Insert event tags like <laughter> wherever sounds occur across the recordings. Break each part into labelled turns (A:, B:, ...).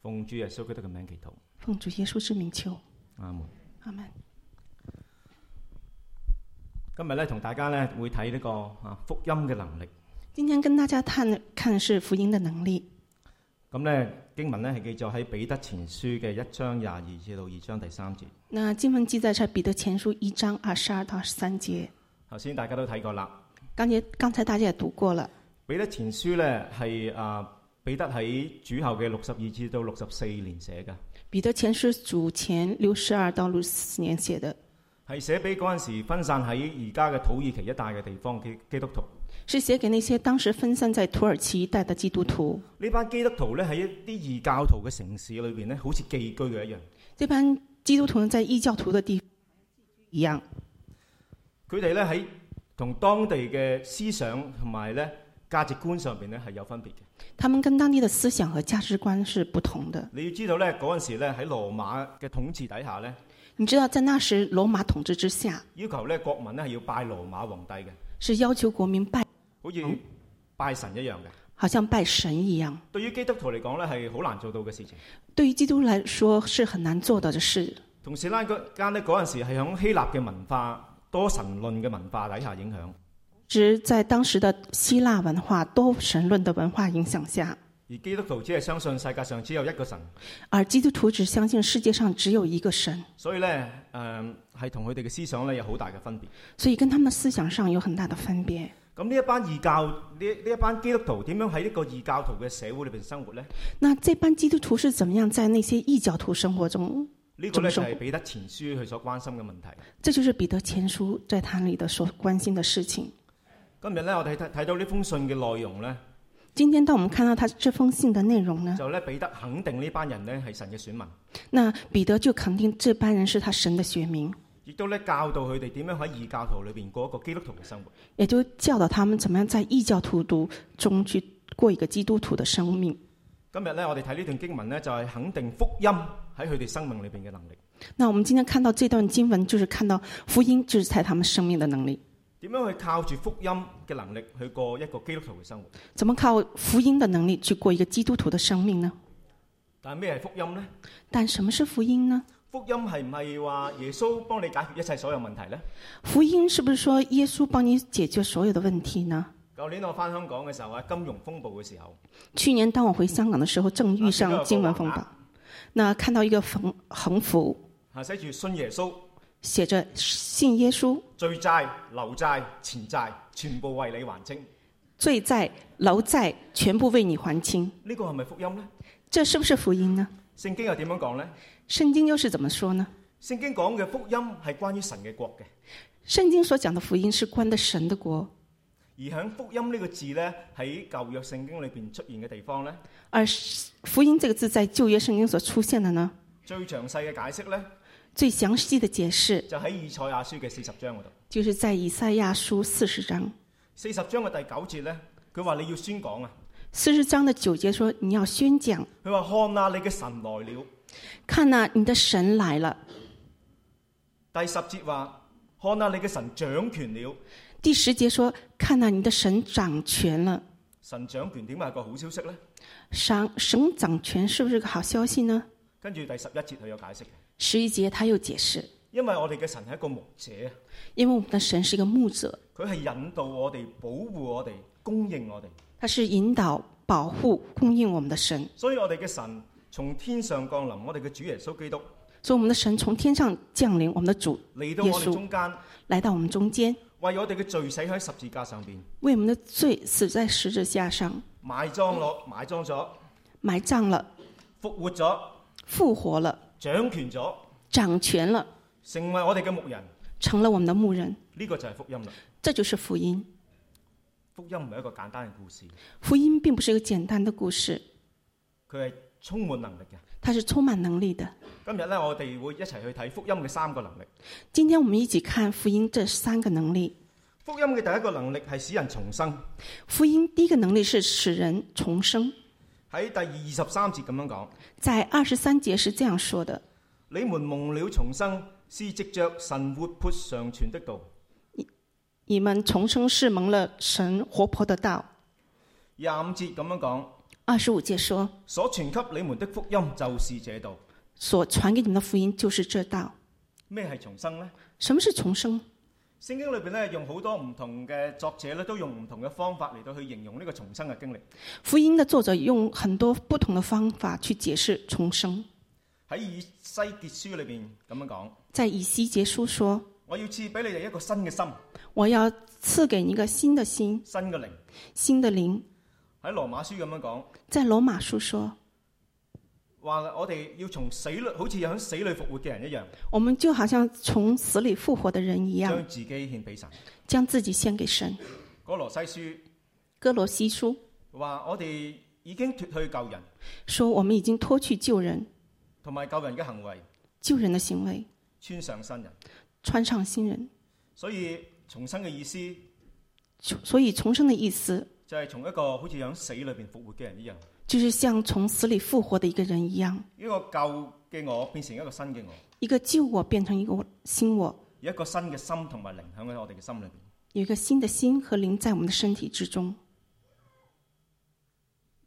A: 奉主耶穌基督嘅名祈禱，
B: 奉主耶穌之名求，
A: 阿門。
B: 阿門。
A: 今日咧同大家咧會睇呢個啊福音嘅能力。
B: 今天跟大家探看是福音的能力。
A: 咁咧經文咧係記載喺彼得前書嘅一章廿二至到二章第三節。
B: 那经文记载在彼得前书一章二十二到三节。
A: 頭先大家都睇過啦。
B: 刚才刚才大家也读过了。
A: 彼得前書咧係啊彼得喺主後嘅六十二至到六十四年寫嘅，
B: 彼得前书主前六十二到六四年写的，
A: 係寫俾嗰陣時分散喺而家嘅土耳其一帶嘅地方嘅基督徒。
B: 是写给那些当时分散在土耳其一带的基督徒。
A: 呢班基督徒咧喺一啲異教徒嘅城市裏邊咧，好似寄居嘅一樣。
B: 这帮基督徒呢，在异教徒的地方一样，
A: 佢哋咧喺同當地嘅思想同埋咧價值觀上邊咧係有分別嘅。
B: 他们跟当地的思想和价值观是不同的。
A: 你要知道咧，嗰陣時咧喺羅馬嘅統治底下咧，
B: 你知道，在那时罗马统治之下，
A: 要求咧國民咧係要拜羅馬皇帝嘅，
B: 是要求国民拜，
A: 好似拜神一樣嘅。
B: 好像拜神一样。
A: 對於基督徒嚟講咧係好難做到嘅事情。
B: 对于基督来说是很难做到的事。
A: 同時咧，嗰間咧嗰陣時係響希臘嘅文化多神論嘅文化底下影響，
B: 只在当时的希腊文化多神论的文化影响下，
A: 而基督徒只係相信世界上只有一個神，
B: 而基督徒只相信世界上只有一个神，
A: 所以咧誒係同佢哋嘅思想咧有好大嘅分別。
B: 所以跟他们的思想上有很大的分别。
A: 咁呢一班異教呢呢一班基督徒點樣喺呢個異教徒嘅社會裏邊生活呢？
B: 那这班基督徒是怎么样在那些异教徒生活中？
A: 呢、個呢，就
B: 仲
A: 係彼得前書佢所關心嘅問題。
B: 这就是彼得前书在谈里的所关心的事情。
A: 今日呢，我哋睇睇到呢封信嘅內容呢，
B: 今天当我们看到他这封信的内容呢，
A: 就呢彼得肯定呢班人呢係神嘅選民，
B: 那彼得就肯定这班人是他神的学民，
A: 亦都呢教導佢哋點樣喺異教徒裏邊過一個基督徒嘅生活。
B: 也就教导他们怎么样在异教徒读中去过一个基督徒的生命。
A: 今日呢，我哋睇呢段經文呢，就係、肯定福音喺佢哋生命裏邊嘅能力。
B: 那我们今天看到这段经文，就是看到福音就是在他们生命的能力，
A: 點樣去靠住福音嘅能力去過一個基督徒嘅生活？
B: 怎么靠福音的能力去过一个基督徒的生命呢？
A: 但係咩係福音呢？
B: 但什么是福音呢？
A: 福音係唔係話耶穌幫你解決一切所有問題呢？
B: 福音是不是说耶稣帮你解决所有的问题呢？
A: 舊年我翻香港嘅時候喺金融風暴嘅時候，
B: 去年当我回香港的时候，正遇上金文风
A: 啊
B: 暴，那看到一个横横幅，
A: 嚇寫住信耶穌，
B: 写着“信耶稣，
A: 罪債、流債、前債，全部為你還清。
B: 罪债、劳债全部为你还清
A: 呢、個係咪福音呢？”，
B: 这是不是福音呢？
A: 聖經又點樣講呢？
B: 圣经又是怎么说呢？
A: 聖經講嘅福音係關於神嘅國嘅，
B: 圣经所讲的福音是关的神的国，
A: 而響福音呢個字呢，喺舊約聖經裏邊出現嘅地方呢，
B: 而福音这个字在旧约圣经所出现的呢，
A: 最詳細嘅解釋呢，
B: 最详细的解释
A: 就喺以賽亞書嘅四十章嗰度。
B: 就是在以赛亚书四十章。
A: 四十章嘅第九節呢，佢話你要宣講啊，
B: 四十章的九节说：“你要宣讲，
A: 佢話看啊，你嘅神來了。
B: 看呐、你的神来了。
A: 第十節話看啊，你嘅神掌權了。”
B: 第十节说：“看呐、你的神掌权了。
A: 神掌權點解係個好消息呢？
B: 神”神掌权是不是个好消息呢？
A: 跟住第十一節佢有解釋嘅，
B: 十一节他又解释，
A: 因為我哋嘅神係一個牧者，
B: 因为我们的神是一个牧者，
A: 佢係引導我哋、保護我哋、供應我哋，
B: 他是引导、保護、供应我们的神。
A: 所以我哋嘅神從天上降臨，我哋嘅主耶穌基督
B: 所以我们的神从天上降临，我们的主
A: 嚟到我
B: 耶
A: 哋
B: 穌
A: 中間，
B: 来到我们中间，
A: 為我哋嘅罪死喺十字架上邊，
B: 为我们的罪死在十字架上，
A: 埋葬落、埋葬咗、
B: 埋葬了，
A: 復活咗、
B: 复活了，
A: 掌權咗，
B: 掌权了，
A: 成為我哋嘅牧人。
B: 成了我们的牧人。
A: 呢、個就係福音啦。
B: 这就是福音。
A: 福音唔係一個簡單嘅故事，
B: 福音并不是一个简单的故事，
A: 佢係充滿能力嘅。
B: 它是充满能力的。
A: 今日呢，我哋會一齊去睇福音嘅三個能力。
B: 今天我们一起看福音这三个能力。
A: 福音嘅第一個能力係使人重生。
B: 福音第一个能力是使人重生，
A: 喺第二十三節咁樣講：
B: 在二十三节是这样说的：
A: 你們蒙了重生，是藉着神活潑常存的道。
B: 你们重生是蒙了神活泼的道。
A: 廿五節咁樣講：
B: 二十五节说
A: 所傳給你們的福音就是這道。：“
B: 所传给你们的福音就是这道。
A: 咩係重生呢？”
B: 什么是重生？
A: 聖經裏邊咧用好多唔同嘅作者咧都用唔同嘅方法嚟到去形容呢個重生嘅經歷。
B: 福音的作者用很多不同的方法去解释重生。
A: 喺以西結書裏邊咁樣講：
B: 在以西结书说
A: 我要賜俾你哋一個新嘅心、：“
B: 我要赐给你一个新的心，
A: 新嘅靈。
B: 新的灵。
A: 喺羅馬書咁樣講，”
B: 在罗马书说
A: 話我哋要從死裏好似喺死裏復活嘅人一樣，：“
B: 我们就好像从死里复活的人一样，
A: 將自己獻俾神。
B: 将自己献给神。
A: 哥羅西書”
B: 哥罗西书
A: 話我哋已經脱去舊人
B: 说：“我们已经脱去旧人，
A: 同埋舊人嘅行為，
B: 旧人的行为，
A: 穿上新人。
B: 穿上新人。
A: 所以重生嘅意思
B: 重”所以重生的意思
A: 就係從一個好似喺死裏邊復活嘅人一樣，
B: 就是像从死里复活的一个人一样，
A: 一個舊嘅我變成一個新嘅我。
B: 一个旧我变成一个新我，
A: 有一個新嘅心同埋靈響喺我哋嘅心裏邊。
B: 有一个新的心和灵在我们的身体之中。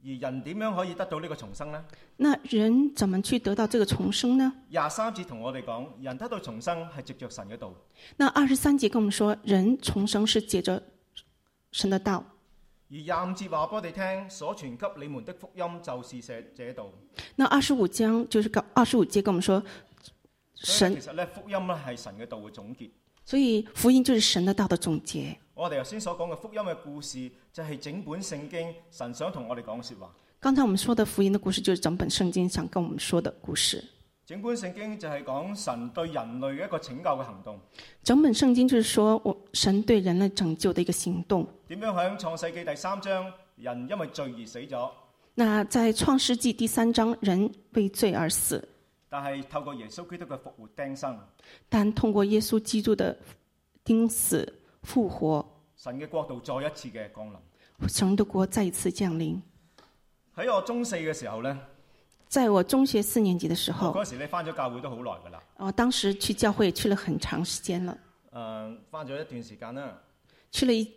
A: 而人點樣可以得到呢個重生呢？
B: 那人怎么去得到这个重生呢？
A: 廿三節同我哋講，人得到重生係藉着神嘅道。
B: 那二十三节跟我们说，人重生是借着神的道。
A: 而廿五節話俾我哋聽，所傳給你們的福音就是這這道。
B: 那二十五章就是告二十五节跟我们说，
A: 所以
B: 神，
A: 其實咧，福音咧係神嘅道嘅總結。
B: 所以福音就是神的道的總結。
A: 我哋頭先所講嘅福音嘅故事，就係整本聖經神想同我哋講嘅説話。
B: 刚才我们说的福音的故事，就是整本圣经想跟我们说的故事。
A: 整本聖經就係講神對人類嘅一個拯救嘅行動。
B: 整本圣经就是说我神对人类拯救的一个行动。
A: 點樣喺創世記第三章，人因為罪而死咗，
B: 那在创世纪第三章，人为罪而死，
A: 但係透過耶穌基督嘅復活釘生。
B: 但通过耶稣基督的钉死复活，
A: 神嘅國度再一次嘅降臨。
B: 神的国再一次降临。
A: 喺我中四嘅時候呢，
B: 在我中学四年级的时
A: 我
B: 候，
A: 嗰時咧翻咗教會都好耐㗎啦，
B: 我当时去教会去了很长时间了，
A: 誒翻呃咗一段時間啦。
B: 去了一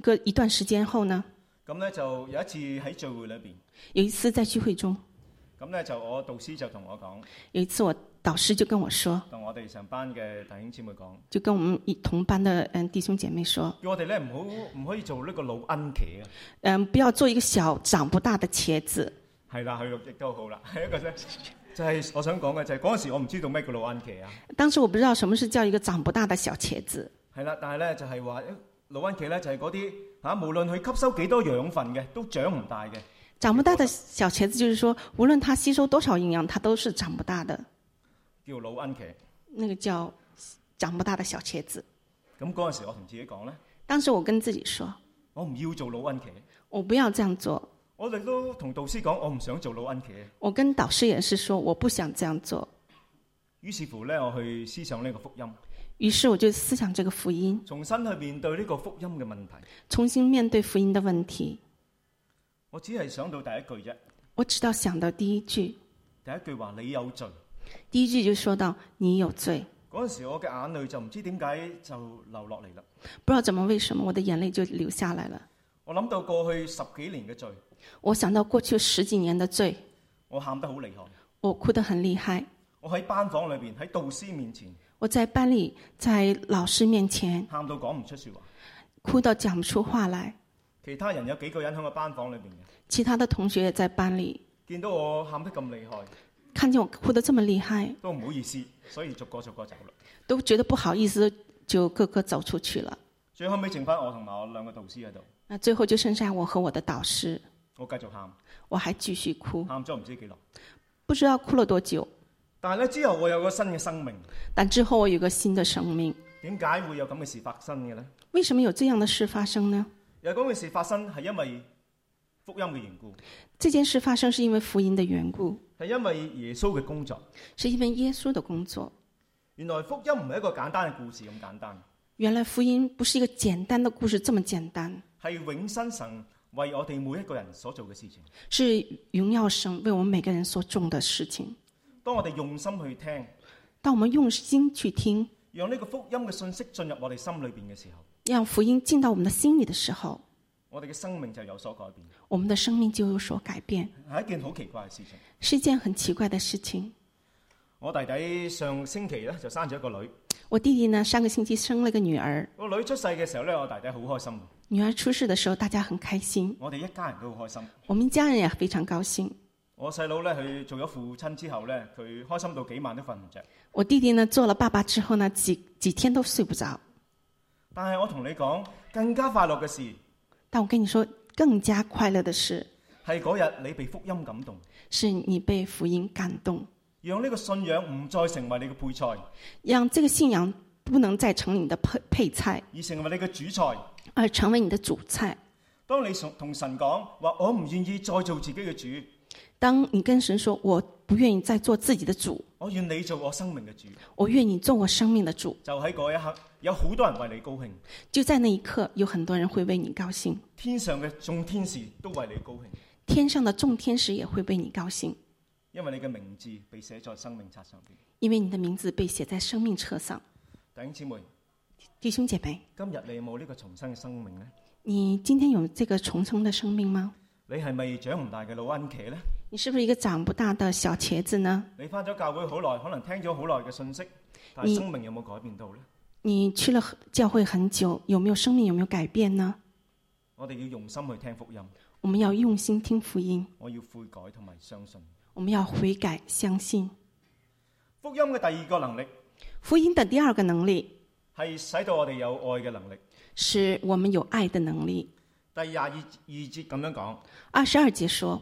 B: 个一段时间后呢，
A: 咁呢，就有一次喺聚會裏邊，
B: 有一次在聚会中，
A: 咁呢，就我導師就同我講，
B: 有一次我导师就跟我说，
A: 同我哋成班嘅弟兄姊妹講，
B: 就跟我们一同班的嗯弟兄姐
A: <laughs>
B: 妹说，
A: 叫我哋呢唔好唔可以做呢個老恩茄啊。
B: 嗯，不要做一个小长不大的茄子。
A: 係啦，佢亦都好啦，係一個啫。就係我想講嘅就係嗰陣時我唔知道咩叫老恩茄啊，
B: 当时我不知道什么是叫一个长不大的小茄子，
A: 係啦，但係呢，就係話誒老恩茄呢，就係嗰啲嚇，無論佢吸收幾多養分嘅，都長唔大嘅。
B: 长不大的小茄子就是说，无论它吸收多少营养，它都是长不大的，
A: 叫老恩茄。
B: 那个叫长不大的小茄子。
A: 咁嗰陣時，我同自己講呢，
B: 当时我跟自己说，
A: 我唔要做老恩茄。
B: 我不要这样做。
A: 我哋都同導師講，我唔想做老恩茄。
B: 我跟导师也是说，我不想这样做。
A: 於是乎呢，我去思想呢個福音，
B: 于是我就思想这个福音，
A: 重新去面對呢個福音嘅問題。
B: 重新面对福音的问题。
A: 我只係想到第一句啫，
B: 我直到想到第一句，
A: 第一句話你有罪。
B: 第一句就说到你有罪，
A: 嗰陣時，我嘅眼淚就唔知點解就流落嚟啦。
B: 不知道怎么为什么我的眼泪就流下来了。
A: 我諗到過去十幾年嘅罪，
B: 我想到过去十几年的罪，
A: 我喊得好厲害。
B: 我哭得很厉害。
A: 我喺班房裏邊，喺導師面前
B: 我在班里，在老师面前
A: 喊到講唔出説話。
B: 哭到讲不出话来，
A: 其他人有幾個人喺個班房裏邊嘅，
B: 其他的同学也在班里
A: 見到我喊得咁厲害，
B: 看见我哭得这么厉害，
A: 都唔好意思，所以逐個逐個走啦。
B: 都觉得不好意思，就个个走出去了。
A: 最後尾剩翻我同埋我兩個導師喺度，
B: 那最后就剩下我和我的导师，
A: 我繼續喊，
B: 我还继续哭，
A: 喊咗唔知幾耐。
B: 不知道哭了多久。
A: 但係咧之後我有個新嘅生命，
B: 但之后我有个新的生命，
A: 點解會有咁嘅事發生嘅呢？
B: 为什么有这样的事发生呢？
A: 有咁嘅事發生係因為福音嘅緣故，
B: 这件事发生是因为福音的缘故，
A: 係因為耶穌嘅工作。
B: 是因为耶稣的工作。
A: 原來福音唔係一個簡單嘅故事咁簡單，
B: 原来福音不是一个简单的故事这么简单，
A: 係永生神為我哋每一個人所做嘅事情。
B: 是荣耀神为我们每个人所种的事情。
A: 當我哋用心去聽，
B: 当我们用心去听，
A: 讓呢個福音嘅信息進入我哋心裏邊嘅時候，
B: 让福音进到我们的心里的时候，
A: 我哋嘅生命就有所改變，
B: 我们的生命就有所改变，
A: 係一件好奇怪嘅事情。
B: 是一件很奇怪的事情。
A: 我弟弟上星期咧就生咗一個女，
B: 我弟弟呢，上个星期生了个女儿，
A: 個女出世嘅時候咧，我弟弟好開心，
B: 女儿出世的时候，大家很开心，
A: 我哋一家人都好開心。
B: 我们一家人也非常高兴。
A: 我細佬咧，佢做咗父親之後咧，佢開心到幾晚都瞓唔着。
B: 我弟弟呢，做了爸爸之后呢，几几天都睡不着。
A: 但係我同你講，更加快樂嘅事
B: 但我跟你说，更加快乐的是，
A: 係嗰日你被福音感動，
B: 是你被福音感动，
A: 讓呢個信仰唔再成為你嘅配菜，
B: 让这个信仰不能再成为你的配配菜，
A: 而成為你嘅主菜。
B: 而成为你的主菜。
A: 當你同同神講話，我唔願意再做自己嘅主，
B: 当你跟神说“我不愿意再做自己的主，
A: 我願你做我生命嘅主，
B: 我愿意做我生命的主
A: 就喺嗰一刻，有好多人為你高興，”，
B: 就在那一刻，有很多人会为你高兴，
A: 天上嘅眾天使都為你高興，
B: 天上的众天使也会为你高兴，
A: 因為你嘅名字被寫在生命冊上邊。
B: 因为你的名字被写在生命册上。
A: 弟兄姊妹，
B: 弟兄姐妹，
A: 今日你有冇呢個重生嘅生命呢？
B: 你今天有这个重生的生命吗？
A: 你係咪長唔大嘅老恩茄呢？
B: 你是不是一个长不大的小茄子呢？
A: 你翻咗教會好耐，可能聽咗好耐嘅信息，但係
B: 你
A: 生命有冇改變到呢？
B: 你去了教会很久，有没有生命有没有改变呢？
A: 我哋要用心去聽福音，
B: 我们要用心听福音，
A: 我要悔改同埋相信
B: 我们要悔改相信。
A: 福音嘅第二個能力
B: 福音的第二个能力
A: 係使到我哋有愛嘅能力。
B: 是我们有爱的能力。
A: 第廿二二節咁樣講：
B: 二十二节说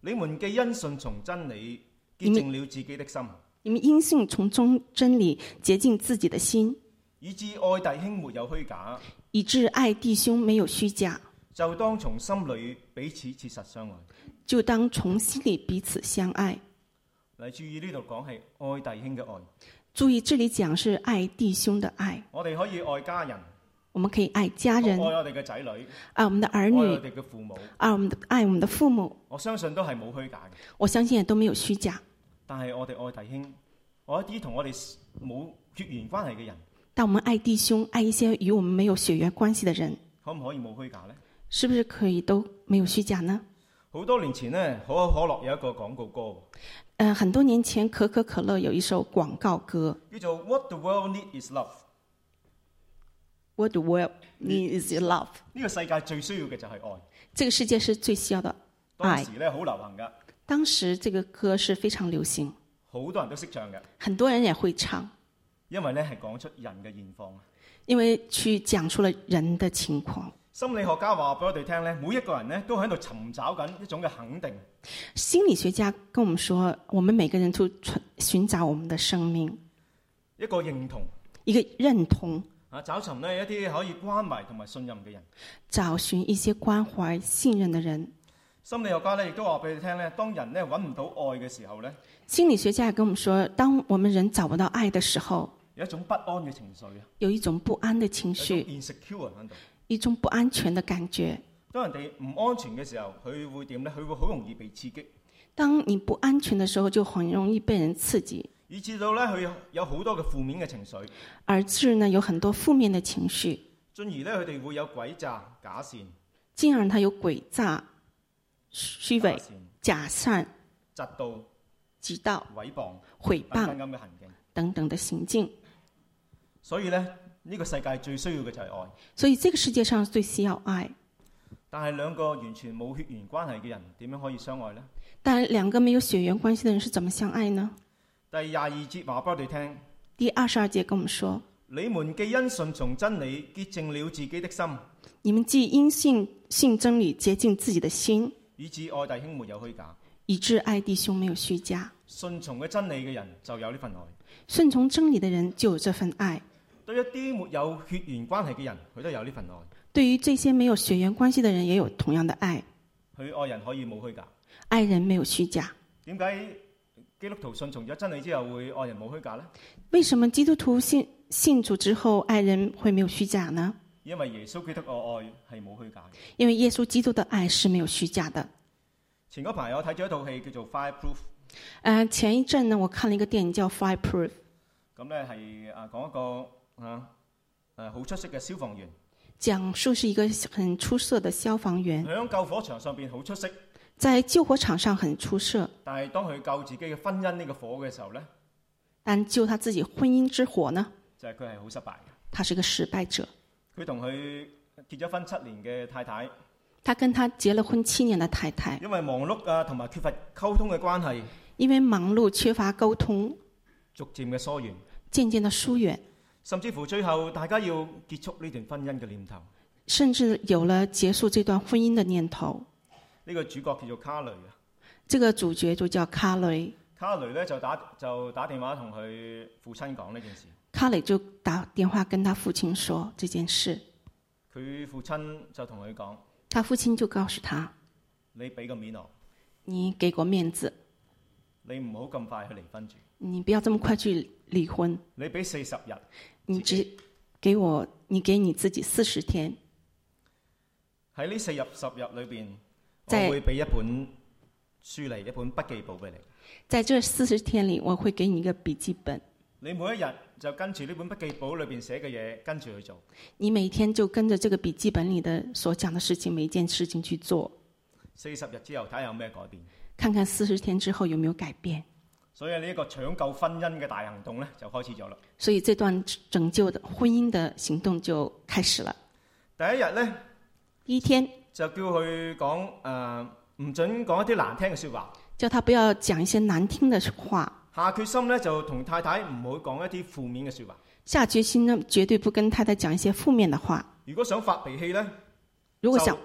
A: 你們既因信從真理，潔淨了自己的心，：“
B: 你们因信从中真理洁净自己的心，
A: 以致愛弟兄沒有虛假，
B: 以致爱弟兄没有虚假，
A: 就當從心裏彼此切實相愛。
B: 就当从心里彼此相爱。
A: 嚟注意呢度講係愛弟兄嘅愛，”
B: 注意，这里讲是爱弟兄的爱，
A: 我哋可以愛家人，
B: 我们可以爱家
A: 愛
B: 人，
A: 我哋嘅仔女，
B: 爱我们的儿
A: 愛我
B: 女，
A: 哋嘅父母，
B: 爱我们的爱我们的父母。
A: 我相信都係冇虛假嘅。
B: 我相信也都没有虚假。
A: 但係我哋愛弟兄，愛一啲同我哋冇血緣關係嘅人，
B: 但我们爱弟兄，爱一些与我们没有血缘关系的人，
A: 可唔可以冇虛假呢？
B: 是不是可以都没有虚假呢？
A: 好多年前呢，可口可樂有一個廣告歌，
B: 呃，很多年前，可口可樂有一首广告歌
A: 叫做 What the world need is love。
B: ：“What the world needs is love。
A: 呢個世界最需要嘅就係愛。”
B: 这个世界是最需要的
A: 當
B: 爱。
A: 時咧好流行㗎，
B: 当时这个歌是非常流行，
A: 好多人都識唱嘅，
B: 很多人也会唱，
A: 因為咧係講出人嘅現況。
B: 因为去讲出了人的情况。
A: 心理學家話俾我哋聽咧，每一個人咧都喺度尋找緊一種嘅肯定。
B: 心理学家跟我们说，我们每个人都寻寻找我们的生命，
A: 一個認同
B: 一个认同，
A: 啊，找尋呢一啲可以關懷同埋信任嘅人。
B: 找寻一些关怀、信任的人。
A: 心理學家咧亦都話俾你聽咧，當人咧揾唔到愛嘅時候咧，
B: 心理学家也跟我们说，當我们人找不到愛的時候，
A: 有一種不安嘅情緒啊，
B: 有一種不安的情
A: 有一
B: 緒，
A: 種 insecure 喺度。
B: 一種不安全的感覺。
A: 當人哋唔安全嘅時候，佢會點咧？佢會好容易被刺激，
B: 當你不安全的時候，就很容易被人刺激，
A: 以至到咧佢有好多嘅負面嘅情緒，
B: 而致呢有很多負面的情緒，
A: 進而咧佢哋會有詭詐、假善、
B: 進而他有詭詐、虛
A: 假善、
B: 偽、假善、
A: 嫉妒、
B: 嫉妒、
A: 毀謗
B: 毀
A: 等等
B: 謗
A: 咁嘅行徑。
B: 等等的行徑。
A: 所以咧，呢個世界最需要嘅就係愛。
B: 所以這個世界上最需要愛，
A: 但係兩個完全冇血緣關係嘅人，點樣可以相愛呢？
B: 但兩個沒有血緣關係的人是怎麼相愛呢？
A: 第廿二節話俾我哋聽：
B: 第二十二節跟我們說。
A: 你們既因順從真理，潔淨了自己的心，
B: 你们既因信信真理洁净自己的心，
A: 以致愛弟兄沒有虛假。
B: 以致爱弟兄没有虚假。
A: 順從嘅真理嘅人就有呢份愛。
B: 顺从真理的人就有这份爱。
A: 對一啲沒有血緣關係嘅人，佢都有呢份愛。
B: 对于这些没有血缘關係的人，也有同樣的愛。
A: 佢愛人可以冇虛假。
B: 愛人沒有虛假。
A: 點解基督徒順從咗真理之後會愛人冇虛假呢？
B: 為什麼基督徒信信主之後，愛人會沒有虛假呢？
A: 因為耶穌基督嘅愛係冇虛假嘅。
B: 因為耶穌基督的愛是沒有虛假的。
A: 前嗰排我睇咗一套戲叫做《Fireproof》，
B: 呃，前一陣呢，我看了一個電影叫《Fireproof》，
A: 咁咧係啊講一個啊誒好出色嘅消防員，
B: 讲述是一个很出色的消防员，
A: 喺救火場上邊好出色，
B: 在救火场上很出色，
A: 但係當佢救自己嘅婚姻呢個火嘅時候呢，
B: 但救他自己婚姻之火呢，
A: 就係佢係好失敗嘅。
B: 他是个失败者。
A: 佢同佢結咗婚七年嘅太太，
B: 他跟他结了婚七年的太太，
A: 因為忙碌啊同埋缺乏溝通嘅關係，
B: 因为忙碌、缺乏沟通，
A: 逐漸嘅疏遠，
B: 渐渐的疏远，
A: 甚至乎最後大家要結束呢段婚姻嘅念頭。呢、
B: 甚至有了结束这段婚姻的念头。
A: 個主角叫做卡雷啊，
B: 这个主角就叫卡雷，
A: 卡雷呢就打就打電話同佢父親講呢件事。
B: 卡雷就打电话跟他父亲说这件事，
A: 佢父親就同佢講：
B: 他父亲就告诉他
A: 你俾個面我，：“
B: 你给我面子，
A: 你唔好咁快去離婚住，
B: 你不要这么快去离婚，
A: 你俾四十日。
B: 你只给我，你给你自己四十天，
A: 喺呢四日十日裏邊，
B: 即係
A: 我會俾一本書嚟，一本筆記簿俾你。
B: 在这四十天里，我会给你一个笔记本，
A: 你每一日就跟住呢本筆記簿裏邊寫嘅嘢跟住去做。
B: 你每天就跟着这个笔记本里的所讲的事情，每一件事情去做，
A: 四十日之後睇下有咩改變。
B: 看看四十天之后有没有改变。
A: 所以呢一個搶救婚姻嘅大行動呢，就開始咗啦。
B: 所以这段拯救的婚姻的行动就开始了。
A: 第一日呢，
B: 第一天，
A: 就叫佢講誒，唔准講一啲難聽嘅説話。
B: 叫他不要讲一些难聽的话，
A: 下決心呢，就同太太唔好講一啲負面嘅説話。
B: 下决心呢，绝对不跟太太讲一些负面的话。
A: 如果想發脾氣呢，
B: 如果
A: 就
B: 想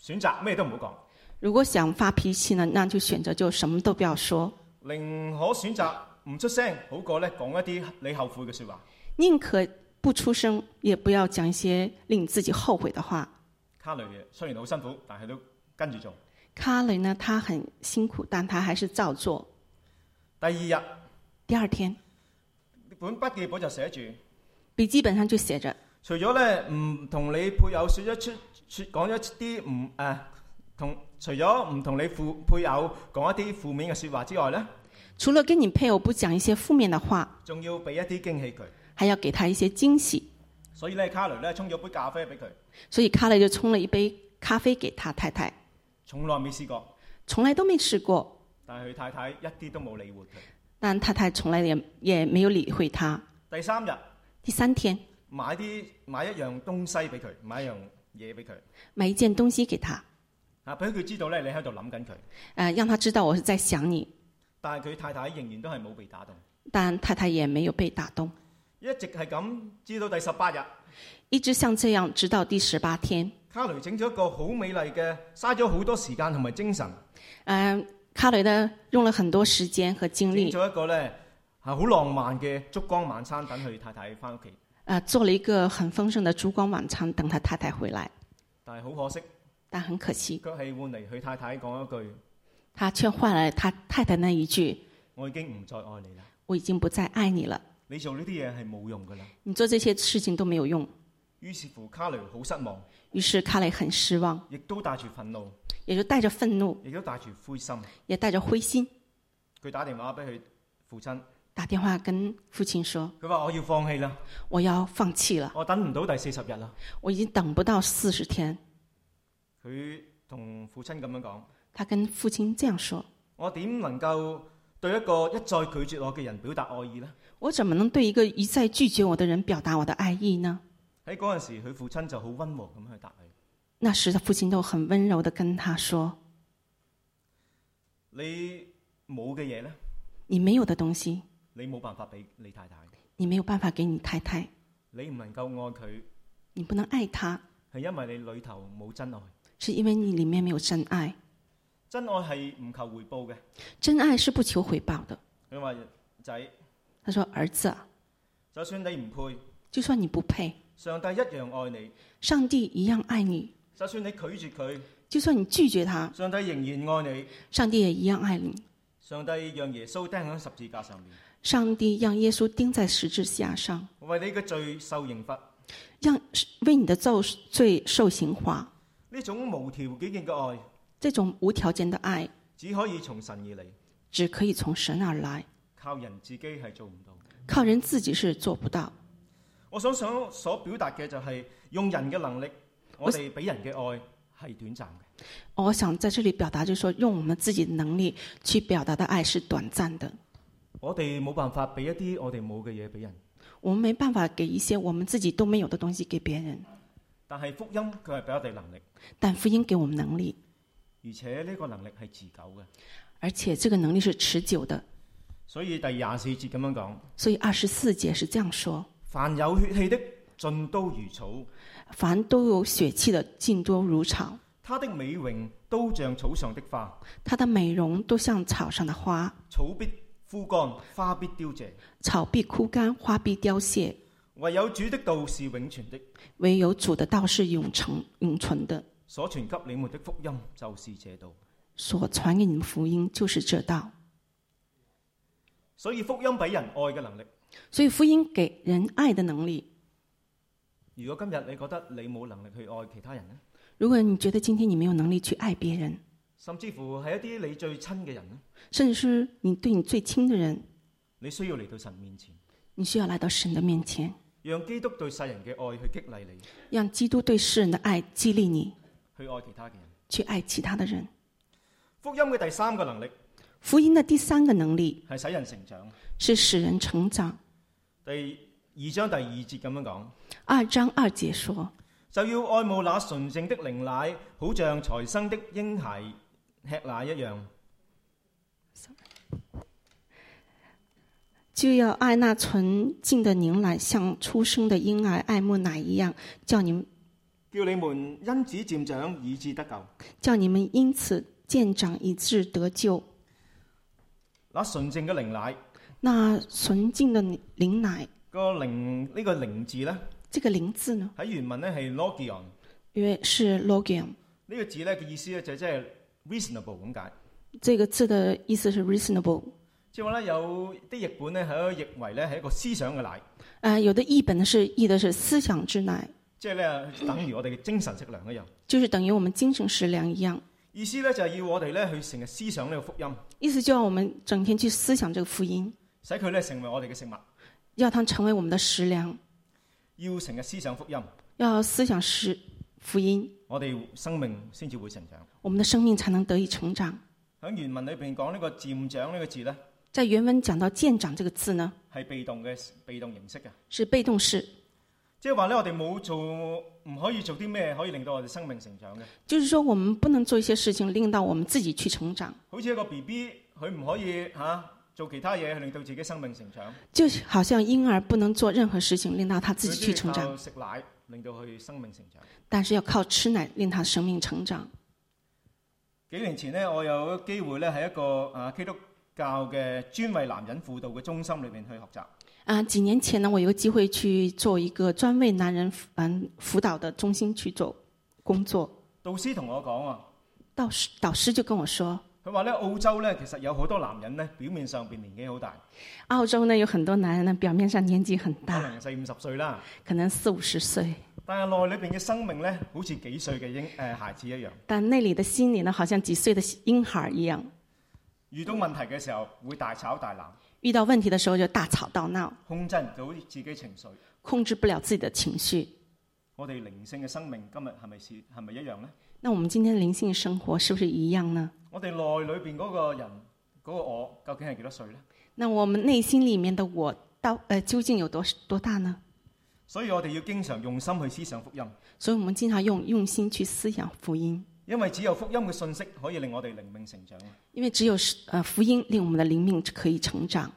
A: 選擇咩都唔好
B: 如果想发脾氣呢，那就選擇就什麼都不要說，
A: 講，寧可選擇唔出聲，好過呢講一啲你後悔嘅説話。
B: 寧可不出聲，也不要讲一些令自己後悔的话。
A: 卡雷嘅雖然好辛苦，但係都跟住做。
B: 卡雷呢，他很辛苦，但他还是照做。
A: 第二日，
B: 第二天，
A: 本筆記簿就寫住，
B: 笔記本上就寫着，
A: 除咗呢唔同你配偶説一出説講一啲唔誒同，除咗唔同你父配偶講一啲負面嘅説話之外呢，
B: 除了跟你配偶不講一些負面的話，
A: 仲要俾一啲驚喜佢。
B: 還要給他一些驚喜。
A: 所以咧，卡雷咧沖咗杯咖啡俾佢，
B: 所以卡雷就沖了一杯咖啡給他太太，
A: 從來未試過，
B: 從來都沒試過，
A: 但係佢太太一啲都冇理會佢。
B: 但太太從來也也沒有理會他。
A: 第三日
B: 第三天，
A: 買啲買一樣東西俾佢，買一樣嘢俾佢，
B: 買一件東西給他，
A: 啊俾佢知道咧你喺度諗緊佢，
B: 呃，讓他知道我是在想你。
A: 但係佢太太仍然都係冇被打動，
B: 但太太也沒有被打動，
A: 一直係咁，至到第十八日，
B: 一直像這樣，直到第十八天。
A: 卡雷整咗一個好美麗嘅，嘥咗好多時間同埋精神，
B: 嗯、卡雷呢用了很多時間和精
A: 整
B: 力，
A: 咗一個咧係好浪漫嘅燭光晚餐等佢太太翻屋企，
B: 呃，做了一个很丰盛的烛光晚餐，等他太太回来。
A: 但係好可惜，
B: 但很可惜，
A: 卻係換嚟佢太太講一句：
B: 他却換来他太太那一句
A: 我已經唔再愛你啦。：“
B: 我已經不再愛你了，
A: 你做呢啲嘢係冇用噶啦。
B: 你做這些事情都沒有用。
A: 於是乎，卡雷好失望，”
B: 於是卡雷很失望，
A: 亦都帶住憤怒，
B: 也就帶着憤怒，
A: 亦都帶住灰心。
B: 也帶着灰心，
A: 佢打電話俾佢父親，
B: 打電話跟父親說
A: 佢話：我要放棄啦，：“
B: 我要放棄了，
A: 我等唔到第四十日啦。
B: 我已經等不到四十天。
A: 佢同父親咁樣講：”
B: 他跟父親這樣說
A: 我點能夠對一個一再拒絕我嘅人表達愛意呢？：“
B: 我怎麼能對一個一再拒絕我的人表達我的愛意呢？”
A: 喺嗰陣時，佢父親就好温和咁去答佢：
B: 那時的父親都很溫柔地跟他說
A: 你冇嘅嘢呢，：“
B: 你沒有的東西，
A: 你冇辦法俾你太太，
B: 你沒有辦法給你太太。”
A: 你唔能夠愛佢，
B: 你不能爱他，
A: 係因為你裏頭冇真愛。
B: 是因為你裡面沒有真愛。
A: 真愛係唔求回報嘅。
B: 真愛是不求回報的。
A: 佢話：仔，
B: 他說：“兒子啊，
A: 就算你唔配。
B: 就算你不配，
A: 上帝一樣愛你，
B: 上帝一樣愛你；
A: 就算你拒絕佢，
B: 就算你拒絕他，
A: 上帝仍然愛你。
B: 上帝也一樣愛你。
A: 上帝讓耶穌釘喺十字架上面，
B: 上帝讓耶穌釘在十字架上，
A: 為你嘅罪受刑罰。
B: 讓為你的咒罪受刑罰。
A: 呢種無條件嘅愛，
B: 這種無條件的愛，
A: 只可以從神而嚟，
B: 只可以從神而來，
A: 靠人自己係做唔到。
B: 靠人自己是做不到。
A: 我想想所表達嘅就係用人嘅能力，我哋俾人嘅愛係短暫嘅。
B: 我想在这里表达，就是说，用我们自己的能力去表达的爱是短暂的，
A: 我哋冇辦法俾一啲我哋冇嘅嘢俾人，
B: 我们没办法给一些我们自己都没有的东西给别人。
A: 但係福音佢係俾我哋能力，
B: 但福音给我们能力，
A: 而且呢個能力係持久嘅。
B: 而且这个能力是持久的。
A: 所以第廿四節咁樣講：
B: 所以二十四节是这样说：
A: 凡有血氣的，盡都如草，
B: 凡都有血气的，尽都如草；
A: 他的美榮都像草上的花，
B: 它的美容都像草上的花，
A: 草必枯乾，花必凋謝。
B: 草必枯干，花必凋谢。
A: 唯有主的道是永存的，
B: 唯有主的道是永成永存的，
A: 所傳給你們的福音就是這道。
B: 所传给你们福音就是这道。
A: 所以福音俾人愛嘅能力。
B: 所以福音给人爱的能力。
A: 如果今日你覺得你冇能力去愛其他人呢，
B: 如果你觉得今天你没有能力去爱别人，
A: 甚至乎係一啲你最親嘅人呢，
B: 甚至是你对你最亲的人，
A: 你需要嚟到神面前，
B: 你需要来到神的面前，
A: 讓基督對世人嘅愛去激勵你，
B: 让基督对世人的爱激励你
A: 去愛其他嘅人。
B: 去爱其他的人。
A: 福音嘅第三個能力
B: 福音的第三个能力
A: 係使人成長。
B: 是使人成長。
A: 第二章第二節咁樣講，
B: 二章二节说
A: 就要愛慕那純淨的靈奶，好像才生的嬰孩吃奶一樣。：“
B: 就要爱那纯净的牛奶，像出生的婴儿爱慕奶一样，叫你们
A: 叫你們因此漸長，以致得救。
B: 叫你们因此渐长，以致得救。
A: 那純淨嘅靈奶，
B: 那纯净的灵奶，
A: 個靈呢、個靈字呢，
B: 这个灵字呢，
A: 喺原文呢係 logion。
B: 因为是 logium，
A: 呢個字咧嘅意思咧就即係 reasonable 咁解，
B: 这个字的意思是 reasonable。
A: 即係話咧有啲譯本咧係一個譯為咧係一個思想嘅奶，
B: 呃，有的译本呢是译的是思想之奶，
A: 即係咧等於我哋嘅精神食糧一樣。
B: 就是等于我们精神食粮一样。
A: 意思咧就係要我哋咧去成日思想呢個福音，
B: 意思就要我们整天去思想这个福音，
A: 使佢咧成為我哋嘅食物，
B: 要它成为我们的食粮，
A: 要成日思想福音，
B: 要思想食福音，
A: 我哋生命先至會成長。
B: 我们的生命才能得以成長。
A: 喺原文裏邊講呢個漸長呢個字咧
B: 在原文讲到“渐长”这个字呢，
A: 係被動嘅被動形式嘅，
B: 是被动式，
A: 即係話咧我哋冇做唔可以做啲咩可以令到我哋生命成長嘅，
B: 就是说我们不能做一些事情令到我们自己去成长，
A: 好似一個 B B 佢唔可以嚇、做其他嘢去令到自己生命成長。
B: 就好像婴儿不能做任何事情令到他自己去成
A: 佢都要靠
B: 长，
A: 食奶令到佢生命成長。
B: 但是要靠吃奶令他生命成长。
A: 幾年前呢，我有機會咧喺一個啊基督教嘅專為男人輔導嘅中心裏面去學習。
B: 啊，几年前呢，我有个机会去做一个专为男人辅嗯辅导的中心去做工作，
A: 導師同我講啊，
B: 导师导师就跟我说，
A: 佢話咧澳洲咧其實有好多男人咧表面上邊年紀好大，
B: 澳洲呢有很多男人呢表面上年纪很
A: 可
B: 大，
A: 能四五十歲啦，
B: 可能四五十歲，
A: 但係內裏邊嘅生命咧好似幾歲嘅嬰誒孩子一樣。
B: 但那里的心理呢好像几岁的婴孩一样，
A: 遇到問題嘅時候會大吵大鬧，
B: 遇到问题的时候就大吵大闹，
A: 控制唔到自己情緒。
B: 控制不了自己的情绪。
A: 我哋靈性嘅生命今日係咪是係咪一樣呢？
B: 那我们今天的灵性生活是不是一样呢？
A: 我哋內裏邊嗰個人嗰、個我究竟係幾多歲呢？
B: 那我们内心里面的我到呃究竟有多多大呢？
A: 所以我哋要經常用心去思想福音，
B: 所以我们经常用用心去思想福音，
A: 因為只有福音嘅信息可以令我哋靈命成長。
B: 因为只有是呃福音令我们的灵命可以成长。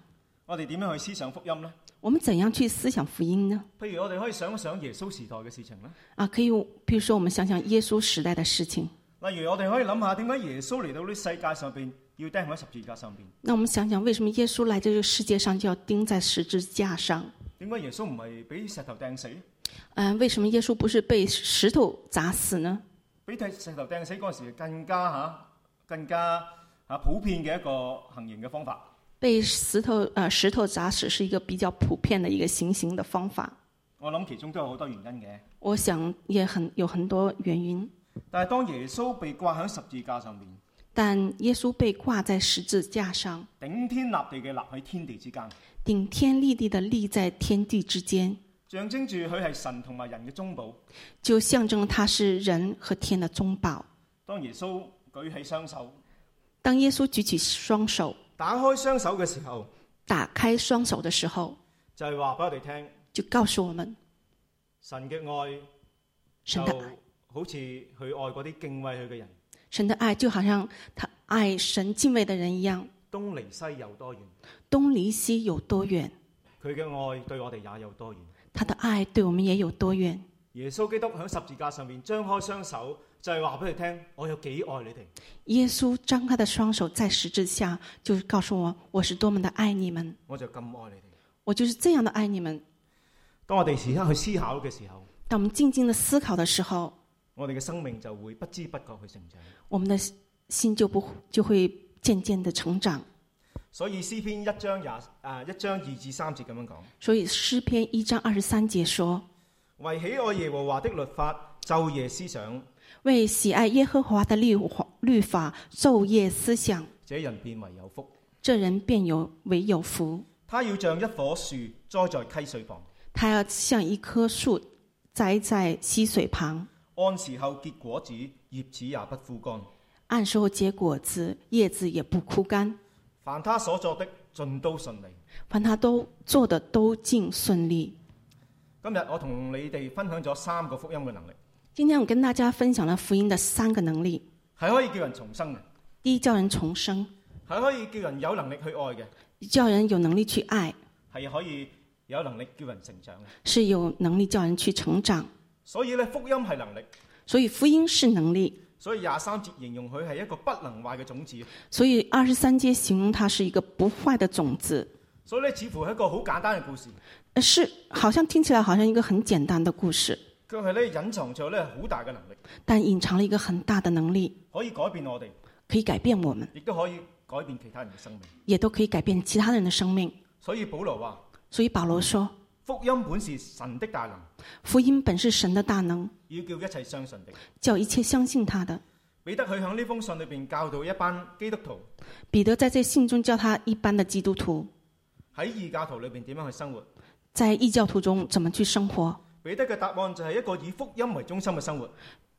A: 我哋點樣去思想福音呢？
B: 我们怎样去思想福音呢？
A: 譬如我哋可以想一想耶穌時代嘅事情啦，
B: 啊，可以，比如说我们想想耶稣时代的事情，
A: 例如我哋可以諗下點解耶穌嚟到呢世界上邊要釘喺十字架上邊？
B: 那我们想想为什么耶稣来到这个世界上就要钉在十字架上？
A: 點解耶穌唔係俾石頭掟死？
B: 嗯、为什么耶稣不是被石頭砸死呢？
A: 俾石頭掟死嗰陣時更加嚇、更加嚇、普遍嘅一個行刑嘅方法。
B: 被石头呃石头砸死是一个比较普遍的一个行刑的方法。
A: 我諗其中都有好多原因嘅。
B: 我想也很有很多原因，
A: 但係當耶穌被掛喺十字架上面，
B: 但耶稣被挂在十字架上，
A: 頂天立地嘅立喺天地之間。
B: 顶天立地的立在天地之间，
A: 象徵住佢係神同埋人嘅中保。
B: 就象征了他是人和天的中保。
A: 當耶穌舉起雙手，
B: 当耶稣举起双手，
A: 打開雙手嘅時候，
B: 打开双手的时候，
A: 就係話俾我哋聽，
B: 就告诉我们，
A: 神嘅愛就
B: 神的
A: 哦
B: 爱，
A: 好似佢愛嗰啲敬畏佢嘅人，
B: 神的爱就好像他爱神敬畏的人一样，
A: 東離西有多遠，
B: 东离西有多远，
A: 佢嘅愛對我哋也有多遠。
B: 他的爱对我们也有多远。
A: 耶穌基督喺十字架上面張開雙手，就係話俾佢聽，我有幾愛你哋。
B: 耶稣张开的双手在十字架，就是告诉我，我是多么的爱你们，
A: 我就咁愛你哋。
B: 我就是这样的爱你们。
A: 當我哋時刻去思考嘅時候，
B: 当我们静静的思考的时候，
A: 我哋嘅生命就會不知不覺去成長。
B: 我们的心就不就会渐渐的成长。
A: 所以詩篇一章廿啊一章二至三節咁樣講：
B: 所以诗篇一章二十三节說
A: 為喜愛耶和華的律法，晝夜思想，：“
B: 为喜爱耶和华的律法律法昼夜思想，
A: 這人變為有福。
B: 这人便有为有福。
A: 他要像一棵樹栽在溪水旁，
B: 他要像一棵树栽在溪水旁，
A: 按時候結果子，葉子也不枯乾。
B: 按时候结果子，叶子也不枯干。
A: 凡他所作的，盡都順利。
B: 凡他都做的都尽顺利。”
A: 今日我同你哋分享咗三個福音嘅能力，
B: 今天我跟大家分享了福音的三个能力：
A: 係可以叫人重生嘅，
B: 第一，叫人重生，
A: 係可以叫人有能力去愛嘅，
B: 叫人有能力去爱，
A: 係可以有能力叫人成長嘅。
B: 是有能力叫人去成长。
A: 所以咧，福音係能力。
B: 所以福音是能力，
A: 所以廿三節形容佢係一個不能壞嘅種子，
B: 所以二十三节形容它是一个不坏的种子，
A: 所以咧似乎係一個好簡單嘅故事，
B: 呃是好像听起来好像一个很简单的故事，
A: 佢係咧隱藏咗咧好大嘅能力，
B: 但隐藏了一个很大的能力，
A: 可以改變我哋，
B: 可以改变我们，
A: 亦都可以改變其他人嘅生命。
B: 也都可以改变其他人的生命。
A: 所以保羅話：
B: 所以保罗说，
A: 福音本是神的大能，
B: 福音本是神的大能，
A: 要叫一切相信的。
B: 叫一切相信他的。
A: 彼得佢喺呢封信裏邊教導一班基督徒
B: 彼得在这信中叫他一般的基督徒，
A: 喺異教徒裏邊點樣去生活。
B: 在异教徒中怎么去生活。
A: 彼得嘅答案就係一個以福音為中心嘅生活。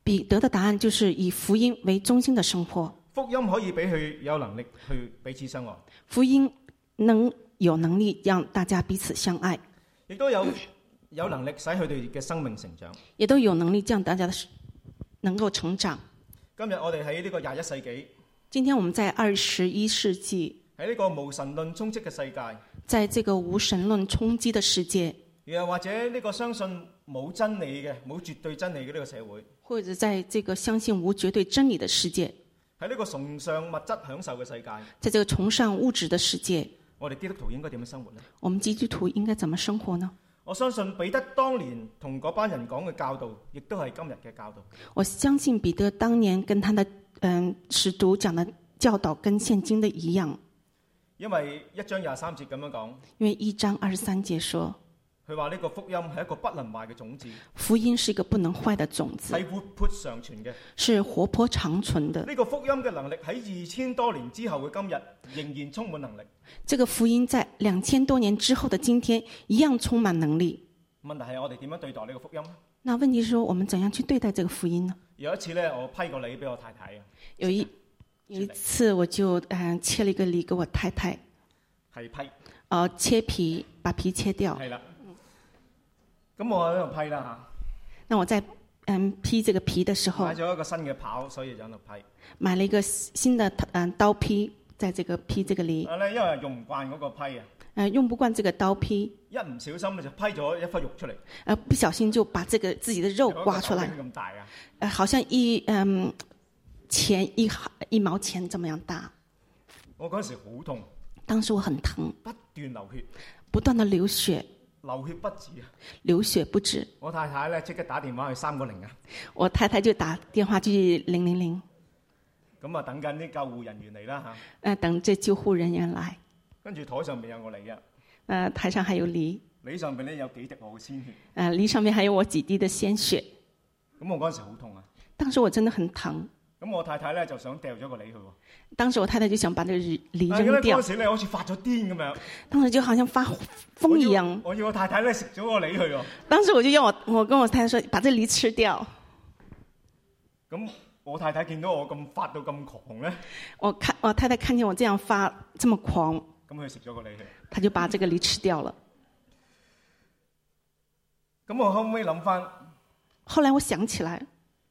B: 彼得的答案就是以福音为中心的生活，
A: 福音可以俾佢有能力去彼此相愛，
B: 福音能有能力让大家彼此相爱，
A: 亦都有有能力使佢哋嘅生命成長。
B: 也都有能力让大家的能够成长。
A: 今日我哋喺呢個廿一世紀，
B: 今天我们在二十一世纪，
A: 喺呢個無神論充斥嘅世界，
B: 在这个无神论冲击的世界，
A: 又或者呢個相信冇真理嘅、冇絕對真理嘅呢個社會，
B: 或者在这个相信无绝对真理的世界，
A: 喺呢個崇尚物質享受嘅世界，
B: 在这个崇尚物质的世界，
A: 我哋基督徒應該點樣生活呢？
B: 我们基督徒应该怎么生活呢？
A: 我相信彼得當年同嗰班人講嘅教導，亦都係今日嘅教導。
B: 我相信彼得当年跟他的嗯使徒讲的教导跟现今的一样，
A: 因為一章廿三節咁樣講，
B: 因为一章二十三节说，
A: 佢話呢個福音係一個不能壞嘅種子，
B: 福音是一个不能坏的种子，
A: 係活潑常存嘅。
B: 是活泼长存的。
A: 呢個福音嘅能力喺二千多年之後嘅今日，仍然充滿能力。
B: 这个福音在两千多年之后的今天一样充满能力。
A: 問題係我哋點樣對待呢個福音？
B: 那问题是说，我们怎样去对待这个福音呢？
A: 有一次呢，我批個禮俾我太太啊，
B: 有一有一次，我就嗯、呃切了一个梨给我太太，
A: 係批
B: 呃，切皮，把皮切掉。
A: 係啦。咁我喺度批啦
B: 那我在嗯、劈这个皮的时
A: 嚇，
B: 候
A: 買，咗一個新嘅刨，所以就喺度批。
B: 买了一个新的嗯、刀劈，在这个劈这个梨，
A: 啊咧，因為用唔慣嗰個批啊，
B: 呃，用不惯这个刀劈，
A: 一唔小心咧就批咗一忽肉出嚟，
B: 呃，不小心就把这个自己的肉刮出来
A: 有一。個手臂咁大啊！
B: 呃，好像一嗯钱一毫一毛钱这么样大。
A: 我嗰陣時好痛，
B: 当时我很疼，
A: 不斷流血，
B: 不断的流血，
A: 流血不止啊！
B: 流血不止。
A: 我太太咧即刻打電話去三個零啊，
B: 我太太就打电话去零零零，
A: 咁啊等緊啲救護人員嚟啦嚇，
B: 呃，等这救护人员来。
A: 跟住台上面有我嚟啊，
B: 呃，台上还有梨，
A: 你上面咧有幾滴我嘅鮮血，
B: 呃，梨上面还有我几滴的鲜血。
A: 咁我嗰陣時好痛啊！
B: 当时我真的很疼，
A: 咁我太太咧就想掉咗個梨佢喎，
B: 当时我太太就想把这个梨梨
A: 但係咧
B: 扔
A: 嗰
B: 掉
A: 陣，時咧好似發咗癲咁樣，
B: 当时就好像发
A: 我
B: 疯一
A: 要
B: 样。
A: 我要我太太咧食咗個梨佢喎，
B: 当时我就要我我跟我太太说，把这梨吃掉。
A: 咁我太太見到我咁發到咁狂咧，
B: 我看我太太看见我这样发这么狂，
A: 咁佢食咗個梨佢。
B: 她就把这个梨吃掉了。
A: 咁我後尾諗翻，
B: 后来我想起来，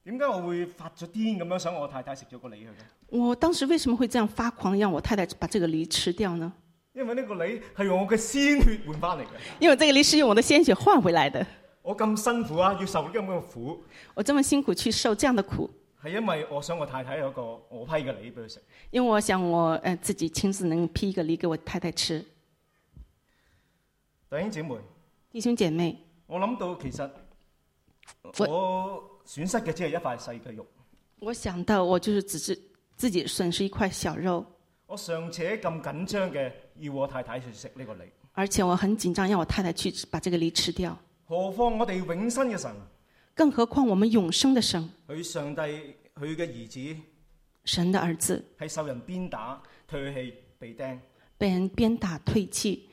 A: 點解我會發咗癲咁樣想我太太食咗個梨佢嘅？
B: 我当时为什么会这样发狂，让我太太把这个梨吃掉呢？
A: 因為呢個梨係用我嘅鮮血換翻嚟嘅，
B: 因为这个梨是用我的鲜血换回来的。
A: 我咁辛苦啊，要受呢咁嘅苦，
B: 我这么辛苦去受这样的苦，
A: 係因為我想我太太有一個我批嘅梨俾佢食。
B: 因为我想我呃自己亲自能劈一个梨给我太太吃。
A: 弟兄姊妹，
B: 弟兄姐妹，
A: 我諗到其實呃我損失嘅只係一塊細嘅肉，
B: 我想到我就是只是自己损失一块小肉，
A: 我尚且咁緊張嘅要我太太去食呢個梨，
B: 而且我很紧张，让我太太去把这个梨吃掉。
A: 何況我哋永生嘅神，
B: 更何况我们永生的神，
A: 佢上帝佢嘅兒子
B: 神的儿子
A: 係受人鞭打、唾棄、被釘。
B: 被人鞭打、唾弃、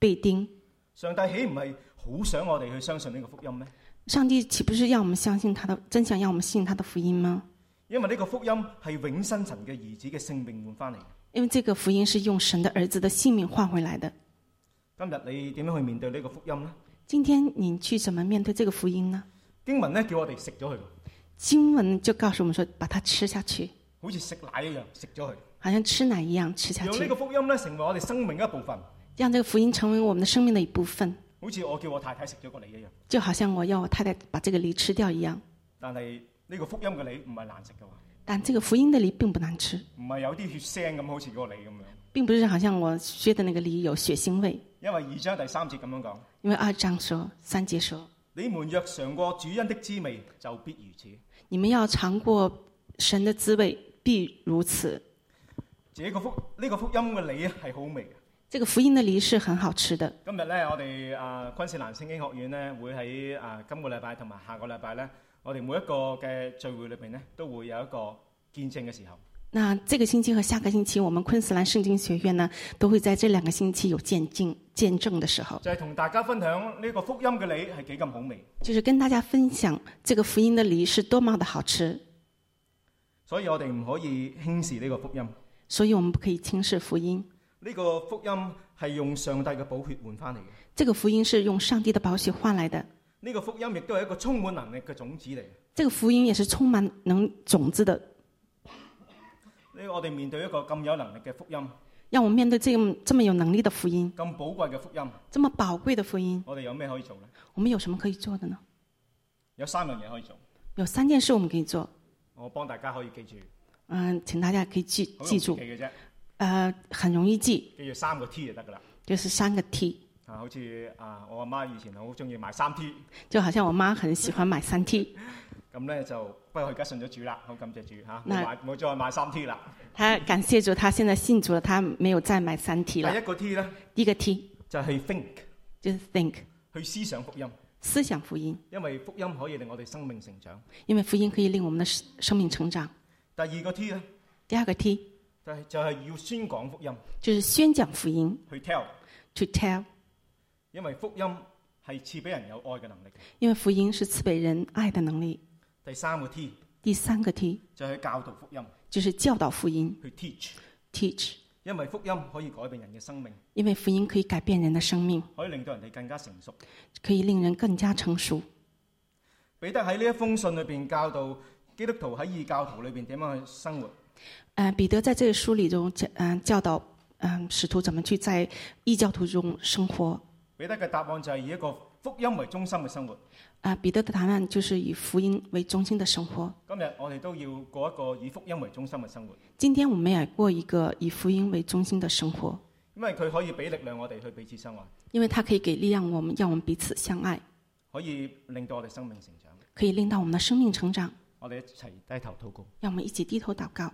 B: 被钉，
A: 上帝岂唔係好想我哋去相信呢個福音咩？
B: 上帝岂不是要我们相信他的真想让我们信他的福音吗？
A: 因為呢個福音係永生神嘅兒子嘅性命換翻嚟。
B: 因为这个福音是用神的儿子的性命换回来的。
A: 今日你點樣去面對呢個福音呢？
B: 今天你去怎么面对这个福音呢？
A: 經文咧叫我哋食咗佢，
B: 经文就告诉我们说，把它吃下去，
A: 好似食奶一樣食咗佢，
B: 好像吃奶一样吃下
A: 讓呢
B: 去，
A: 個福音咧成為我哋生命嘅一部分。
B: 让这个福音成为我们的生命的一部分，
A: 好似我叫我太太食咗個梨一樣，
B: 就好像我要我太太把这个梨吃掉一样。
A: 但係呢個福音嘅梨唔係難食嘅喎，
B: 但这个福音的梨並不难吃，
A: 唔係有啲血腥咁，好似嗰個梨咁樣。
B: 并不是好像我削的那个梨有血腥味，
A: 因為二章第三節咁樣講：
B: 因为二章说，三节说，
A: 你們若嘗過主恩的滋味，就必如此。
B: 你们要尝过神的滋味，必如此。
A: 這個福呢、個福音嘅梨係好味嘅。
B: 这个福音的梨是很好吃的。
A: 今日咧，我哋啊昆士蘭聖經學院咧，會喺啊今個禮拜同埋下個禮拜咧，我哋每一個嘅聚會裏邊咧，都會有一個見證嘅時候。
B: 那这个星期和下个星期，我们昆士兰圣经学院呢，都会在这两个星期有见证见证的时候，
A: 就係同大家分享呢個福音嘅你係幾咁好味，
B: 就是跟大家分享这个福音的梨是多么的好吃。
A: 所以我哋唔可以輕視呢個福音。
B: 所以我們不可以轻视福音。
A: 呢、個福音係用上帝嘅寶血換翻嚟嘅。
B: 这个福音是用上帝的宝血换来的，
A: 呢、個福音亦都係一個充滿能力嘅種子嚟。
B: 这个福音也是充滿能种子的，
A: 呢我哋面對一個咁有能力嘅福音，
B: 让我们面對这么这么有能力的福音，
A: 咁寶貴嘅福音，
B: 这么寶貴的福音，
A: 我哋有咩可以做呢？
B: 我們有什么可以做的呢？
A: 有三樣嘢可以做，
B: 有三件事我們可以做，
A: 我幫大家可以記住，
B: 嗯，請大家可以记
A: 好容易
B: 记
A: 記
B: 住，
A: 嘅啫，
B: 呃，很容易记，
A: 記住三個 T 就得㗎啦。
B: 就是三個 T，
A: 啊，好似啊，我阿媽以前好中意買三 T，
B: 就好像我媽很喜歡買三 T，
A: 咁咧就不過佢而家信咗主啦，好感謝主嚇，冇、
B: 嗱
A: 買冇再買三 T 啦。
B: 她感謝主，她現在信主了，她沒有再買三 T
A: 第
B: 了。
A: 一個 T 咧
B: 第一個 T
A: 就係、think，
B: 就是 think，
A: 去思想福音，
B: 思想福音，
A: 因為福音可以令我哋生命成長。
B: 因為福音可以令我們的生生命成長。
A: 第二個 T 咧
B: 第二個 T
A: 就係、就係、要宣講福音，
B: 就是宣講福音
A: 去 tell，
B: ，to tell，
A: 因為福音係賜俾人有愛嘅能力。
B: 因為福音是賜給人愛的能力。
A: 第三個 T
B: 第三個 T
A: 就係教導福音，
B: 就是教導福音
A: 去 teach，
B: ，teach，
A: 因為福音可以改變人嘅生命，
B: 因為福音可以改變人的生命，
A: 可以令到人哋更加成熟。
B: 可以令人更加成熟。
A: 彼得喺呢一封信裏邊教導基督徒喺異教徒裏邊點樣去生活。
B: 呃，彼得在這個書裡中教，嗯、教導，嗯、使徒怎麼去在異教徒中生活。
A: 彼得嘅答案就係以一個福音為中心嘅生活。
B: 啊、彼得的答案就是以福音為中心的生活。
A: 今日我哋都要過一個以福音為中心嘅生活，
B: 今天我們也過一個以福音為中心的生活，
A: 因為佢可以俾力量我哋去彼此相愛，
B: 因為它可以給力量我們，讓我們彼此相愛，
A: 可以令到我哋生命成長。
B: 可以令到我們的生命成長。
A: 我哋一齊低頭禱告。
B: 讓我們一起低頭禱告，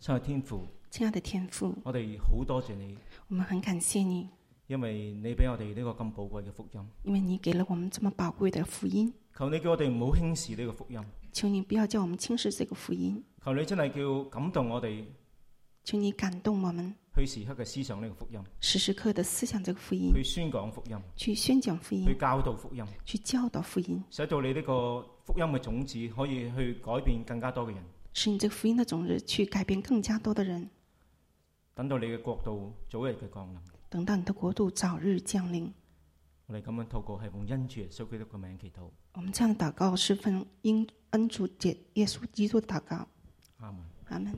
A: 親愛天父，
B: 親愛的天父，
A: 我哋好多謝你，
B: 我們很感謝你，
A: 因為你俾我哋呢個咁寶貴嘅福音。
B: 因為你給了我們這麼寶貴的福音。
A: 求你叫我哋唔好輕視呢個福音，
B: 求你不要叫我们轻视这个福音，
A: 求你真係叫感動我哋
B: 求你感动我们，
A: 去時刻嘅思想呢個福音，
B: 时时刻的思想这个福音，
A: 去宣講福音，
B: 去宣讲福音
A: 去，教導福音，
B: 去教导福音，
A: 使到你呢個福音嘅種子可以去改變更加多嘅人，
B: 使你这个福音的种子去改变更加多的人。
A: 等到你嘅國度早日嘅降臨。
B: 等到你的国度早日降临。
A: 我哋咁樣透過係奉恩主耶穌基督嘅名祈禱，
B: 我们这样的祷告是奉因恩主解耶稣基督的祷告，
A: 阿門。
B: 阿门。